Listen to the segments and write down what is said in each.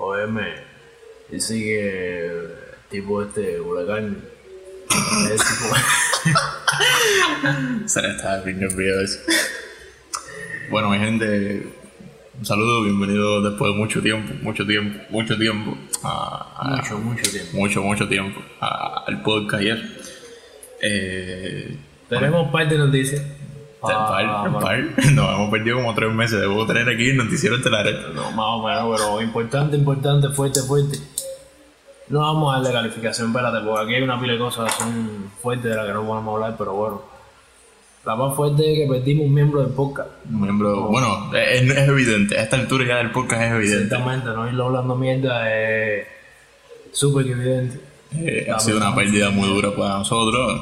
Óyeme, dice que tipo este huracán. es tipo- Sara estaba bien nerviosa. Bueno, mi gente, un saludo, bienvenido después de mucho tiempo, mucho tiempo, mucho tiempo, a, a- Mucho, mucho tiempo. mucho, mucho tiempo, a- al podcast y eso. Eh, Tenemos un par de noticias. par, Ah, bueno, par. Nos hemos perdido como tres meses, debo tener aquí el noticiero estelar. no, más o menos, pero importante, importante, fuerte, fuerte. No vamos a darle calificación, espérate, porque aquí hay una pila de cosas que son fuertes de las que no podemos hablar, pero bueno. La más fuerte es que perdimos un miembro del podcast. Un miembro, bueno, es, es evidente, a esta altura ya del podcast es evidente. Ciertamente, no irlo hablando mierda es súper evidente. Eh, ha sido una pérdida muy dura para nosotros.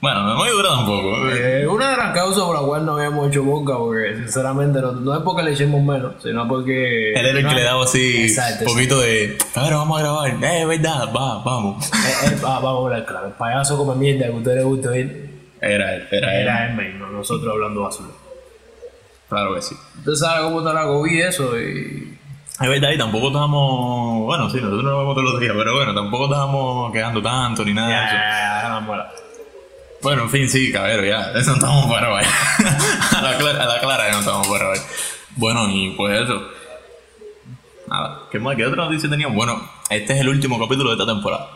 Bueno, no muy dura tampoco. eh. Eh, una de las causas por la cual no habíamos hecho boca, porque sinceramente no, no es porque le echemos menos, sino porque. Él era el que le daba así Exacto, un poquito de, a ver, vamos a grabar, eh, es verdad, va, vamos. Eh, eh, ah, vamos a hablar claro, el payaso come mierda que a usted le gusta oír, Era él, era él. era él mismo, nosotros hablando basura. Claro que sí. Usted sabe cómo está la COVID y eso, y. Es verdad, y tampoco estábamos. Bueno, sí, nosotros nos vemos todos los días, pero bueno, tampoco estábamos quedando tanto ni nada de eso. Ya, ahora muera. Bueno, en fin, sí, cabrero, ya. de Eso no estamos para hoy. a, la clara, a la clara que no estamos para hoy. Bueno, y pues eso. Nada, ¿qué más? ¿Qué otra noticia teníamos? Bueno, este es el último capítulo de esta temporada.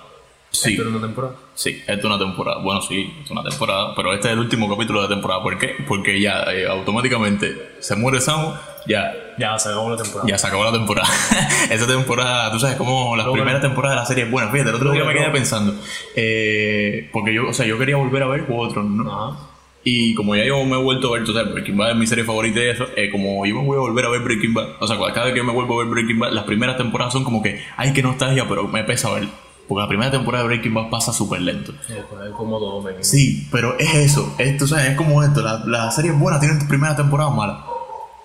Sí. Pero una temporada. Sí, esta es una temporada. Bueno, sí, es una temporada, pero este es el último capítulo de la temporada. ¿Por qué? Porque ya eh, automáticamente se muere Samu, ya, Ya, se acabó la temporada. ya se acabó la temporada. Esa temporada, tú sabes cómo las Logra. primeras temporadas de la serie es buena. Fíjate, el otro día me Logra, quedé logra. pensando. eh, porque yo, o sea, yo quería volver a ver Juego de Tronos, ¿no? Ajá. Y como ya yo me he vuelto a ver, tú sabes, Breaking Bad es mi serie favorita y eso, eh, como yo me voy a volver a ver Breaking Bad, o sea, cada vez que yo me vuelvo a ver Breaking Bad, las primeras temporadas son como que, ay, que nostalgia, pero me pesa ver. Porque la primera temporada de Breaking Bad pasa súper lento. Eh, pues, es como todo, me Sí, pero es eso. Es, tú sabes, es como esto. Las la series buenas tienen primera temporada mala.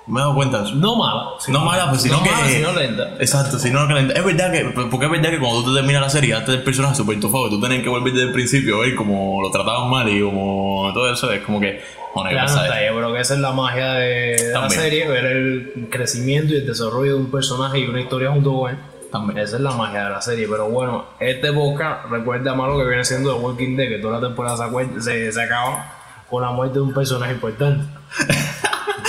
Me he dado cuenta de eso. No mala. no mala, pues, sino no que. mala, sino lenta. Exacto, sino que lenta. Es verdad que. Porque es verdad que cuando tú te terminas la serie, antes del personaje súper tofado, tú tienes que volver desde el principio a ver cómo lo trataban mal y como todo eso. Es como que. Bueno, ¿qué Claro, pasa? está, yo creo que esa es la magia de, de la También. serie, ver el crecimiento y el desarrollo de un personaje y una historia junto con él. También. Esa es la magia de la serie, pero bueno, este podcast recuerda más lo que viene siendo The Walking Dead, que toda la temporada se, acuer- se, se acaba con la muerte de un personaje importante.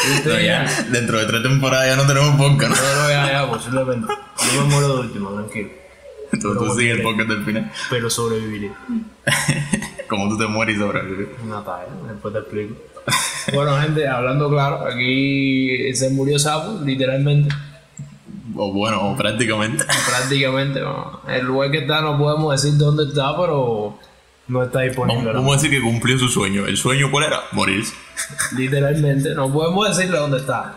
¿Viste? Pero ya, dentro de tres temporadas ya no tenemos podcast, ¿no? No, no, ya, ya, posiblemente. Yo me muero de último, tranquilo. Tú, tú sigues el podcast del final. Pero sobreviviré. Como tú te mueres y sobrevives. Una talla, después te explico. Bueno, gente, hablando claro, aquí se murió Sapo, literalmente. O bueno, o prácticamente. Prácticamente, no. el lugar que está no podemos decir dónde está, pero no está Vamos, disponible. ¿no? vamos a decir que cumplió su sueño. ¿El sueño cuál era? Morirse. Literalmente, no podemos decirle dónde está.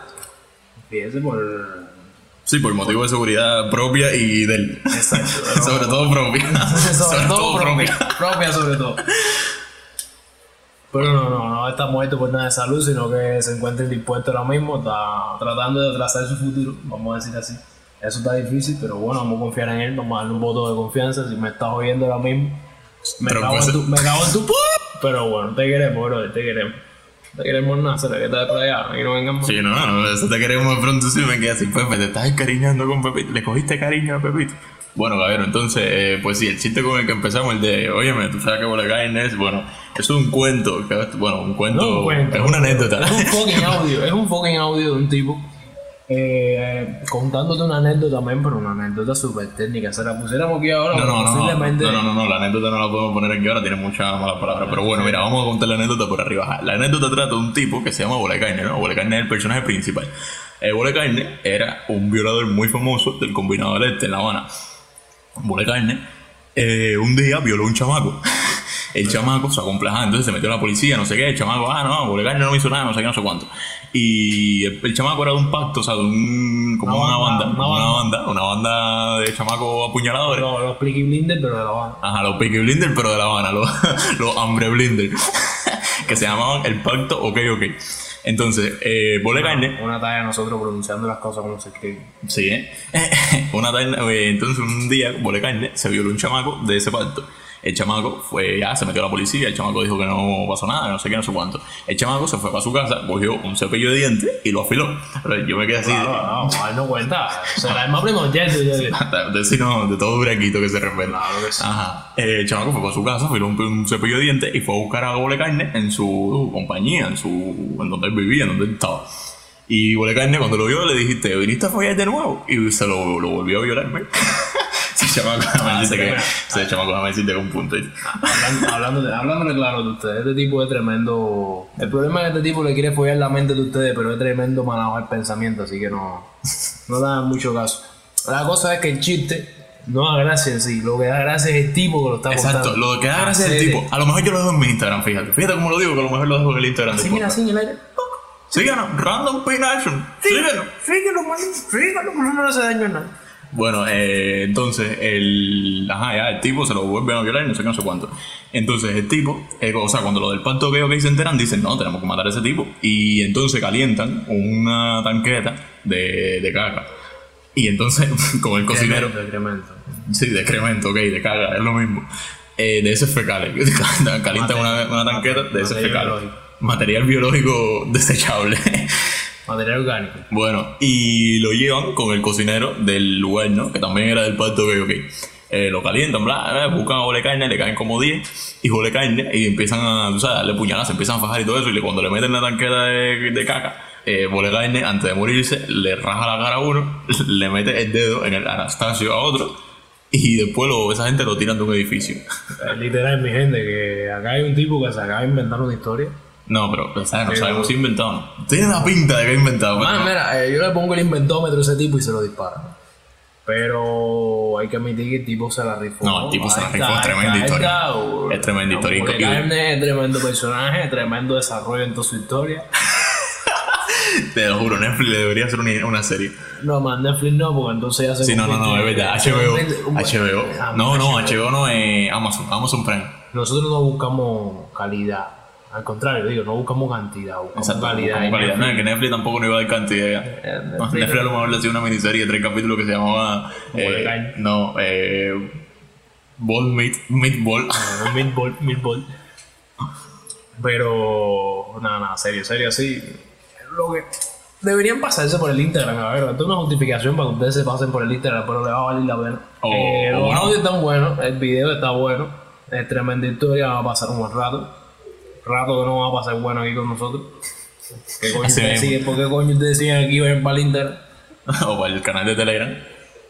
Fíjense por... Sí, por motivo de seguridad propia y del. Exacto. Sobre todo propia. sobre, todo, propia. propia sobre todo. Pero no, no, no está muerto por nada de salud, sino que se encuentra indispuesto ahora mismo, está tratando de trazar su futuro, vamos a decir así. Eso está difícil, pero bueno, vamos a confiar en él, vamos a darle un voto de confianza. Si me estás oyendo ahora mismo, me Pero cago, en pues- tu, me cago en tu pu- Pero bueno, te queremos, bro, te queremos. Te queremos nada, será que estás por allá, aquí no vengan más. Sí, no, no, eso te queremos de pronto. Sí, me quedé así, Pepe, te estás encariñando con Pepito. Le cogiste cariño a Pepito. Bueno, cabrón, entonces, eh, pues sí, el chiste con el que empezamos, el de, óyeme, tú sabes que Volagain es, bueno, es un cuento, que- bueno, un cuento, No, un cuento. es una anécdota. Es un fucking audio, es un fucking audio de un tipo eh, contándote una anécdota también, pero una anécdota súper técnica. Se la pusiéramos aquí ahora, No, no, no, no, posiblemente. no, no, no, no, la anécdota no la podemos poner aquí ahora, tiene muchas malas palabras. Pero bueno, mira, vamos a contar la anécdota por arriba. La anécdota trata de un tipo que se llama Bolecarne, ¿no? Bolecarne es el personaje principal. Eh, Bolecarne era un violador muy famoso del combinado del este en La Habana. Bolecarne eh, un día violó a un chamaco. El chamaco se acomplejaba, entonces se metió la policía, no sé qué. El chamaco, ah, no, Bolecarne no me hizo nada, no sé qué, no sé cuánto. Y el, el chamaco era de un pacto, o sea, de un, como Una una, banda, banda, una una banda, una banda de chamacos apuñaladores. No, los Peaky Blinders, pero de la Habana. Ajá, los Peaky Blinders, pero de La Habana, los, los Hambre Blinders, que se llamaban El Pacto OK OK. Entonces, eh, Bolecarne, Una talla de nosotros pronunciando las cosas como se escriben. sí, ¿eh? una tarde, eh, entonces un día Bolecarne se violó un chamaco de ese pacto. El chamaco fue, ya se metió a la policía, el chamaco dijo que no pasó nada, no sé qué, no sé cuánto. El chamaco se fue para su casa, cogió un cepillo de dientes y lo afiló. Pero yo me quedé así. Claro, no, ahí no cuenta. O sea, la misma primordial, yo yo digo. De, si no, de todo braquito que se respeta. Claro que sí. Ajá. Eh, el chamaco fue para su casa, fue un, un cepillo de dientes y fue a buscar a Gole Carne en su compañía, en su en donde él vivía, en donde él estaba. Y Gole Carne cuando lo vio le dijiste, viniste a follar de nuevo. Y se lo, lo volvió a violar. ¿me? se llama con la Ah, sí, Ah. que mira. se llama con la de un punto. y- Hablando, hablándole, hablándole claro de ustedes, este tipo es tremendo. El problema es que este tipo le quiere follar la mente de ustedes, pero es tremendo manejo el pensamiento, así que no, no da mucho caso. La cosa es que el chiste no da gracia en sí, lo que da gracia es el tipo que lo está Exacto, contando. lo que da gracia es el Hacer- tipo. A lo mejor yo lo dejo en mi Instagram, fíjate. Fíjate cómo lo digo, que a lo mejor lo dejo en el Instagram. Sí, del mira, podcast. así en el aire. Oh, Síganos, Random Pin Action. Síganos. Fíjalo, man, fíjalo, no, no hace daño a nada. Bueno, eh, entonces el. Ajá, ya, el tipo se lo vuelven a violar y no sé qué, no sé cuánto. Entonces el tipo, eh, o sea, cuando lo del pacto que que se enteran, dicen, no, tenemos que matar a ese tipo. Y entonces calientan una tanqueta de, de caca. Y entonces, con el cocinero. Tremendo, tremendo. Sí, de excremento, ok, de caga, es lo mismo. Eh, de esos fecales. Calienta una, una tanqueta de esos material fecales. biológico. Material biológico desechable. Material orgánico. bueno, y lo llevan con el cocinero del lugar, ¿no? Que también era del pacto que, ok. Eh, lo calientan, bla, bla, buscan a Ole Carne, le caen como 10 y Ole Carne y empiezan a, tú sabes, darle puñaladas, empiezan a fajar y todo eso. Y le- cuando le meten la tanqueta de, de caca, eh, Ole Carne, antes de morirse, le raja la cara a uno, le mete el dedo en el Anastasio a otro y después lo- esa gente lo tiran de un edificio. Eh, Literal, mi gente, que acá hay un tipo que se acaba de inventar una historia. No, pero o sea, no Pero- sabemos si inventado. Tiene la pinta de que ha inventado. pero Man, no. mira, eh, yo le pongo el inventómetro a ese tipo y se lo dispara. Pero hay que admitir que el tipo se la rifó. No, el tipo se la Ahí rifó, está, es tremenda ahí está, historia. o- Es tremenda historia. Porque Y- Carne es tremendo personaje, tremendo desarrollo en toda su historia. Te lo juro, Netflix le debería hacer una, una serie. No, man, Netflix no, porque entonces ya se. Sí, no, no, no, es convierte- verdad. HBO. Un- HBO. Ah, No, no, HBO no es Amazon. Amazon Prime. Nosotros no buscamos calidad. Al contrario, digo, no buscamos cantidad, buscamos Exacto. calidad. como calidad. No, que Netflix tampoco no iba a dar cantidad. ya. Eh, No, Netflix- Netflix a lo mejor le hacía una miniserie de tres capítulos que se llamaba. eh, Molecaño. no, eh. Ball Meat. Meatball. Eh, un Meatball, meatball. Pero, nada, nada, serio, serio, así. Lo que deberían pasarse por el Instagram, a ver, esto es una justificación para que ustedes se pasen por el Instagram, pero le va a valer la pena. O- Eh, o los Oh, bueno. audios están buenos, el video está bueno, es tremenda historia, va a pasar un buen rato. Rato que no va a pasar bueno aquí con nosotros. ¿Qué coño Así ustedes mismo. siguen? ¿Por qué coño ustedes siguen aquí vayan para el Instagram? o para el canal de Telegram.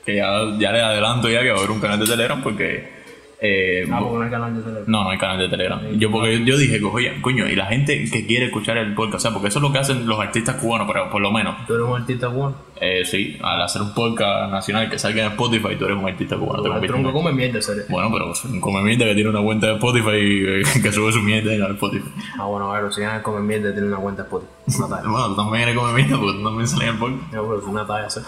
Que ya, ya les adelanto ya que va a haber un canal de Telegram porque. eh, Ah, porque no hay canal de teléfono. no, no hay canal de Telegram. Yo porque yo dije, oye, coño, y la gente que quiere escuchar el podcast, o sea, porque eso es lo que hacen los artistas cubanos, pero por lo menos, Tú eres un artista bueno. eh, sí, al hacer un podcast nacional que salga en Spotify, tú eres un artista cubano, te El conviertes en tronco come mierda, serio. Bueno, pero es un come mierda que tiene una cuenta de Spotify y eh, que sube su mierda en el Spotify. Ah, bueno, a ver, si ganan come mierda, tiene una cuenta de Spotify. Una talla. Bueno, tú también eres come mierda porque tú también sales en el podcast. No, pero es una talla, ¿sí?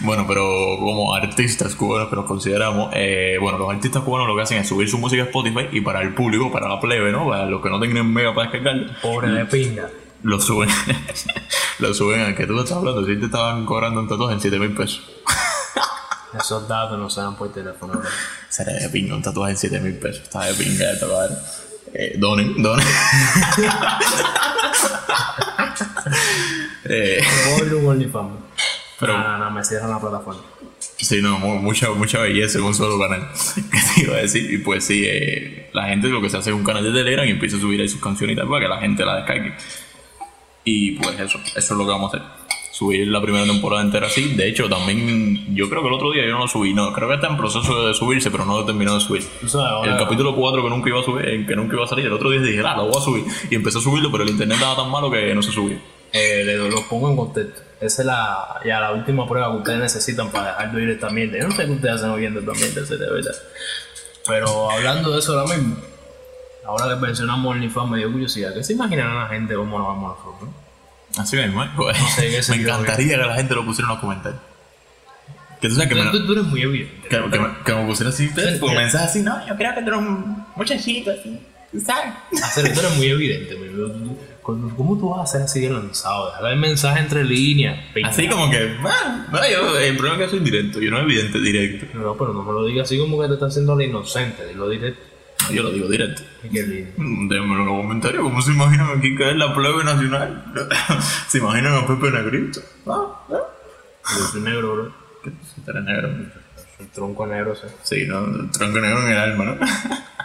Bueno, pero como artistas cubanos que nos consideramos, eh, bueno, los artistas cubanos lo que hacen es subir su música a Spotify y para el público, para la plebe, ¿no? Para los que no tienen mega para descargarla, Pobre de pinga. lo suben. lo suben al que tú estás hablando. Si te estaban cobrando un tatuaje en 7 mil pesos. Esos datos no se dan por teléfono. bro. Será de pinga, un tatuaje en 7 mil pesos. Está de pinga de tatuar. Eh, donen, donen. eh, Me voy a abrir un OnlyFans. Pero- Pero... No, no, no, me cierran la plataforma. Sí, no, mu- mucha, mucha belleza en un solo canal. ¿Qué te iba a decir? Y pues sí, eh, la gente lo que se hace es un canal de Telegram y empieza a subir ahí sus canciones y tal para que la gente la descargue. Y pues eso, eso es lo que vamos a hacer. Subir la primera temporada entera así. De hecho, también yo creo que el otro día yo no lo subí. No, creo que está en proceso de subirse, pero no lo he terminado de subir. Tú sabes, ahora- El capítulo 4 que nunca iba a subir, eh, que nunca iba a salir, el otro día dije, ah, lo voy a subir. Y empecé a subirlo, pero el internet estaba tan malo que no se subió. eh, le- los pongo en contexto. Esa es la, ya la última prueba que ustedes necesitan para dejar de oír esta mierda. Yo no sé qué ustedes hacen oyendo esta mierda, en serio, de verdad. Pero hablando de eso ahora mismo, ahora que mencionamos OnlyFans, me dio curiosidad. ¿Qué se imaginarán la gente cómo lo vamos nosotros? Así mismo, ¿eh? Pues, sé, qué sé me yo, encantaría que la gente lo pusiera en los comentarios. Que tú sabes que me, Tú, tú- tú eres muy evidente. Que, que me, que me pusiera así, ustedes, porque me mensajes así, no, yo creo que tú eres un muchachito así, ¿sabes? Hacer, tú eres muy evidente. mi bro. Tú- ¿Cómo cómo tú vas a hacer así de lanzado? Dejar el mensaje entre líneas. peña. Así como que, ah, no, yo, el problema es que soy directo, yo no evidente directo. No, pero no me lo digas así como que te estás haciendo la inocente. Dilo directo. Yo lo digo directo. Mm, Ay, Qué lindo. Déjenmelo en los comentarios, ¿cómo se imaginan aquí que es la plebe nacional? ¿Se imaginan a Pepe Negrito? Ah, ah. Yo soy negro, bro. Que tú eres negro. Soy tronco negro, sí. Sí, ¿no? Tronco negro en el alma, ¿no?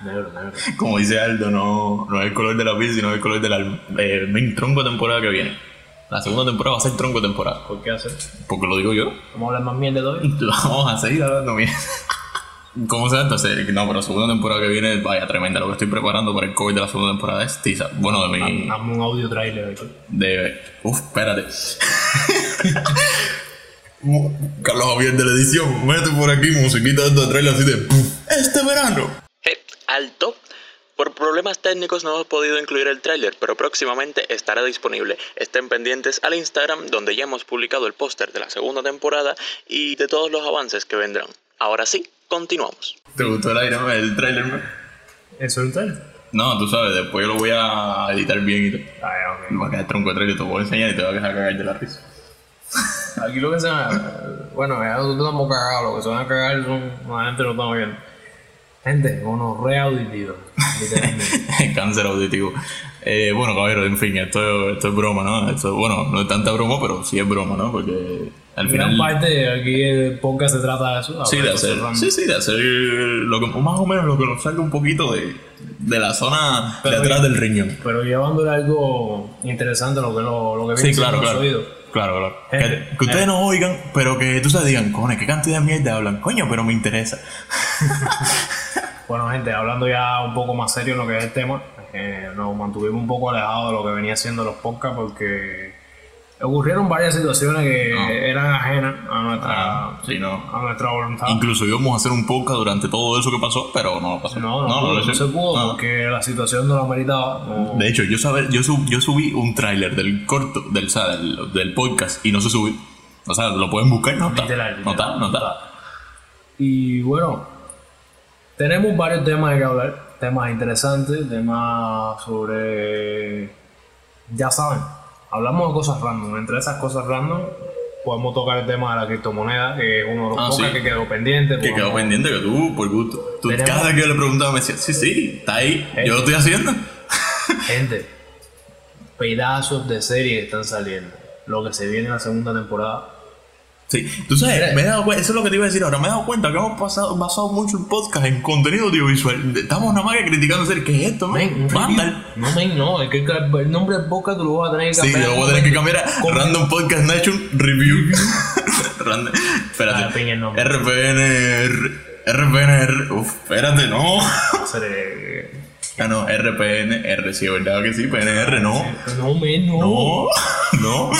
Negro, negro. Como dice Aldo, no, no es el color de la piel, sino el color del alma. Eh, ven, tronco temporada que viene. La segunda temporada va a ser tronco temporada. ¿Por qué hacer? Porque lo digo yo. Vamos a hablar más mierda de hoy. Vamos a seguir hablando bien. ¿Cómo se va entonces? No, pero la segunda temporada que viene, vaya, tremenda. Lo que estoy preparando para el COVID de la segunda temporada es tiza. Bueno, de mi. Hazme un audio trailer aquí. De. Uf, espérate. Mu- Carlos Javier de la edición, mete por aquí musiquita de estos trailers así de. puf, Este verano. Eh, alto. Por problemas técnicos no hemos podido incluir el tráiler, pero próximamente estará disponible. Estén pendientes al Instagram donde ya hemos publicado el póster de la segunda temporada y de todos los avances que vendrán. Ahora sí, continuamos. ¿Te gustó el aire, el trailer? man? ¿Eso es un trailer? No, tú sabes, después yo lo voy a editar bien y todo. Ah, ya, ok. Me va a quedar tronco de trailer, te lo voy a enseñar y te va a dejar cagar de la risa. Aquí lo que se Bueno, ya nosotros estamos cagados. Lo que se van a cagar son. La gente lo está viendo. Gente, uno reauditivo. Literalmente. Cáncer auditivo. Eh, bueno, caballero, en fin, esto, esto es broma, ¿no? Esto, bueno, no es tanta broma, pero sí es broma, ¿no? Porque al Gran final. parte aquí el podcast se trata de eso. Sí, de hablar hacer. cosas Sí, sí, de hacer lo que, más o menos lo que nos saca un poquito de, de la zona de atrás del riñón. Pero llevándole algo interesante a lo que, lo, lo que viene Sí, claro, siendo los claro. oídos. Claro, claro. Gente, Que, que ustedes no oigan, pero que tú se digan, cojones, qué cantidad de mierda hablan. Coño, pero me interesa. Bueno, gente, hablando ya un poco más serio en lo que es el tema, eh, nos mantuvimos un poco alejados de lo que venía siendo los podcasts porque ocurrieron varias situaciones que Ah. eran ajenas a nuestra, Sí, no. a nuestra voluntad. Incluso íbamos a hacer un podcast durante todo eso que pasó, pero no lo pasó. No, no, pudo, lo no, hicimos. se pudo No. Ah. porque la situación no la meritaba. no. De hecho, yo, sabe- yo, sub- yo subí un tráiler del corto, del, o sea, del, del podcast, y no se subió. O sea, lo pueden buscar, no está. Literal, no literal, está, no está. Y bueno, tenemos varios temas de que hablar, temas interesantes, temas sobre, ya saben, hablamos de cosas random, entre esas cosas random podemos tocar el tema de la criptomoneda, que es uno de los Ah, pocas sí. que quedó pendiente. Que podemos- quedó pendiente que tú, por gusto. Tú, Tenemos- cada vez que yo le preguntaba me decía, sí, sí, está ahí, Eh. yo lo estoy haciendo. Gente, pedazos de serie que están saliendo, lo que se viene en la segunda temporada. Sí, tú sabes, Mira. me he dado cuenta, eso es lo que te iba a decir ahora, me he dado cuenta que hemos pasado, basado mucho el podcast en contenido audiovisual. Estamos nada más que criticando, hacer, ¿qué es esto, Men, man? un Vandal. review. No, men, no, es que el el nombre del podcast tú lo vas a tener que Sí, cambiar. yo voy a tener que cambiar a Con- Random Podcast Nation Review. Random. Ah, piña el Espérate. nombre. RPN. RPN. Uf, espérate, no. Ser, eh, Ah, no, RPN. R, sí, ¿verdad que sí? PNR, no. No, men, no. No, no.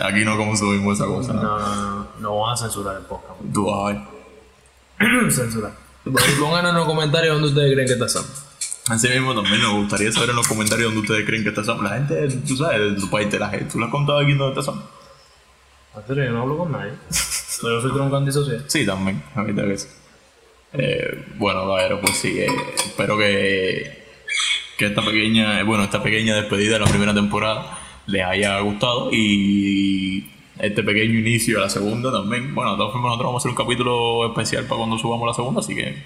Aquí no, como subimos esa cosa. No, no, no, no, no van a censurar el podcast. Tú vas a ver. censurar. Pongan en los comentarios dónde ustedes creen que está Sam. Así mismo también nos gustaría saber en los comentarios dónde ustedes creen que está Sam. La gente, tú sabes, de tu país te la gente. ¿Tú le has contado aquí dónde está Sam? En serio, yo no hablo con nadie. Pero yo soy tronco antisocial. Sí, también, a mí también. Eh, bueno, caballero, pues sí, eh, espero que, que esta pequeña, eh, bueno, esta pequeña despedida de la primera temporada les haya gustado y este pequeño inicio a la segunda también. Bueno, de todas formas nosotros vamos a hacer un capítulo especial para cuando subamos la segunda, así que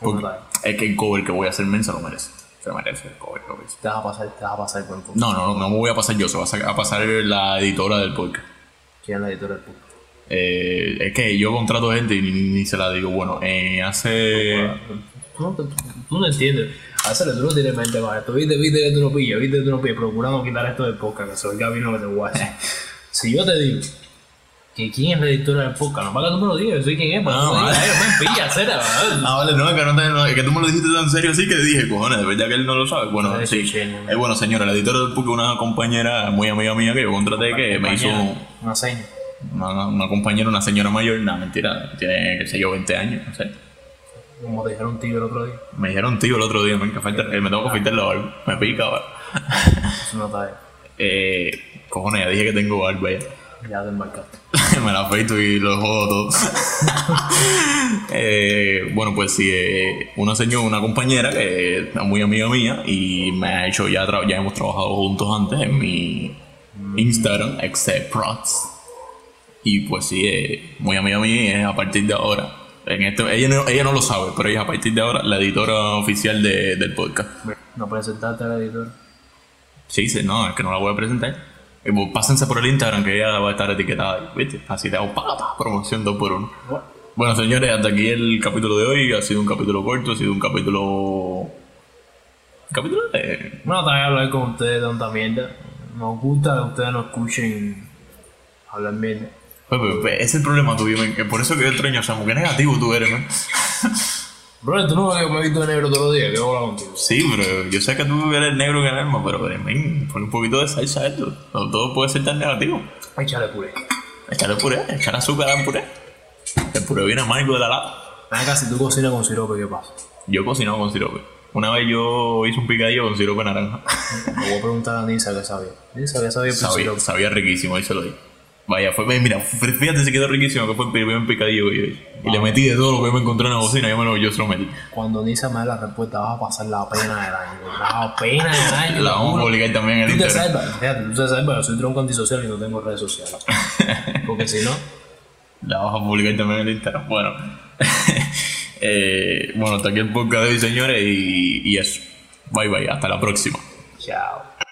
porque Total. es que el cover que voy a hacer men se lo merece. Se merece el cover, lo que hice. Te vas a pasar, te vas a pasar el cuerpo. No, no, no, no me voy a pasar yo, se va a sa- a pasar la editora del podcast. ¿Quién es la editora del podcast? Eh, es que yo contrato gente y ni, ni se la digo, bueno, eh, hace... Tú no, te- tú no entiendes. Hacerle, tú no tienes mente para esto. Viste, viste que tú no pillas, viste que tú no pillas. Procurando quitar esto del podcast, que se oiga bien lo que te guacha. si yo te digo que quién es la editora del podcast, no para que tú me lo digas, yo sé quién es, pero No, no, vale. me pilla, cera, ¿verdad? Ah, vale, no, que, no te- no, es que tú me lo dijiste tan serio así que dije, cojones, de verdad que él no lo sabe. Bueno, Ay, sí. sí, genio. Eh, bueno, señora, la editora del Puque, una compañera muy amiga mía que yo contraté, que me hizo Una seña. una, una compañera, una señora mayor, nada, mentira, tiene, qué sé yo, 20 años, no sé. Como te dijeron tío el otro día. Me dijeron tío el otro día, men, que falta- eh, me tengo que afeitar la barba, me pica, barba. Es una talla. eh, cojones, ya dije que tengo barba ya. Ya te embarcaste. me la afeito y lo jodo todo. Eh, bueno, pues sí, eh, una señora, una compañera que es muy amiga mía y me ha hecho, ya, tra- ya hemos trabajado juntos antes en mi Instagram, except Prots. Y pues sí, eh, muy amiga mía y es a partir de ahora. En este, ella, no, ella no lo sabe, pero ella es a partir de ahora la editora oficial de- del podcast. No presentaste al editor. Sí, dice, no, es que no la voy a presentar. Y pues, pásense por el Instagram que ella va a estar etiquetada ahí, ¿viste? Así te hago pa, pa, promoción dos por uno. Bueno, Bueno, señores, hasta aquí el capítulo de hoy. Ha sido un capítulo corto, ha sido un capítulo. Capítulo de. No, también hablar con ustedes tanta mierda. Nos gusta que ustedes nos escuchen hablar mierda. Pues, pues, pues, ese es el problema tuyo, men, que por eso que yo extraño a Samu, que negativo tú eres, man. Bro, tú no ves que me he visto de negro todos los días, que hola contigo. Sí, pero yo sé que tú eres negro que el alma, pero, eh, men, pon un poquito de salsa a esto. No todo puede ser tan negativo. Échale culé. Echarle puré, echar azúcar al puré. El puré viene amargo de la lata. Acá si tú cocinas con sirope, ¿qué pasa? Yo cocinaba con sirope. Una vez yo hice un picadillo con sirope naranja. Me voy a preguntar a Nisa que sabía. Nisa que sabía por sabía, sirope. sabía riquísimo, ahí se lo di. Vaya, fue, mira, fr- fíjate si quedó riquísimo que fue el primer picadillo que yo hice. Y le metí de todo lo que yo me encontré en la cocina, yo, me lo, yo se lo metí. Cuando Nisa me dé la respuesta, vas a pasar la pena del año. La pena del año. La vamos a publicar también en el Tú te Instagram. salvas, fíjate, tú te salvas. Yo soy tronco antisocial y no tengo redes sociales. Porque si no, La vas a publicar también en el Instagram. Bueno, eh, bueno, hasta aquí el podcast de hoy, señores, y, y eso. Bye bye, hasta la próxima. chao.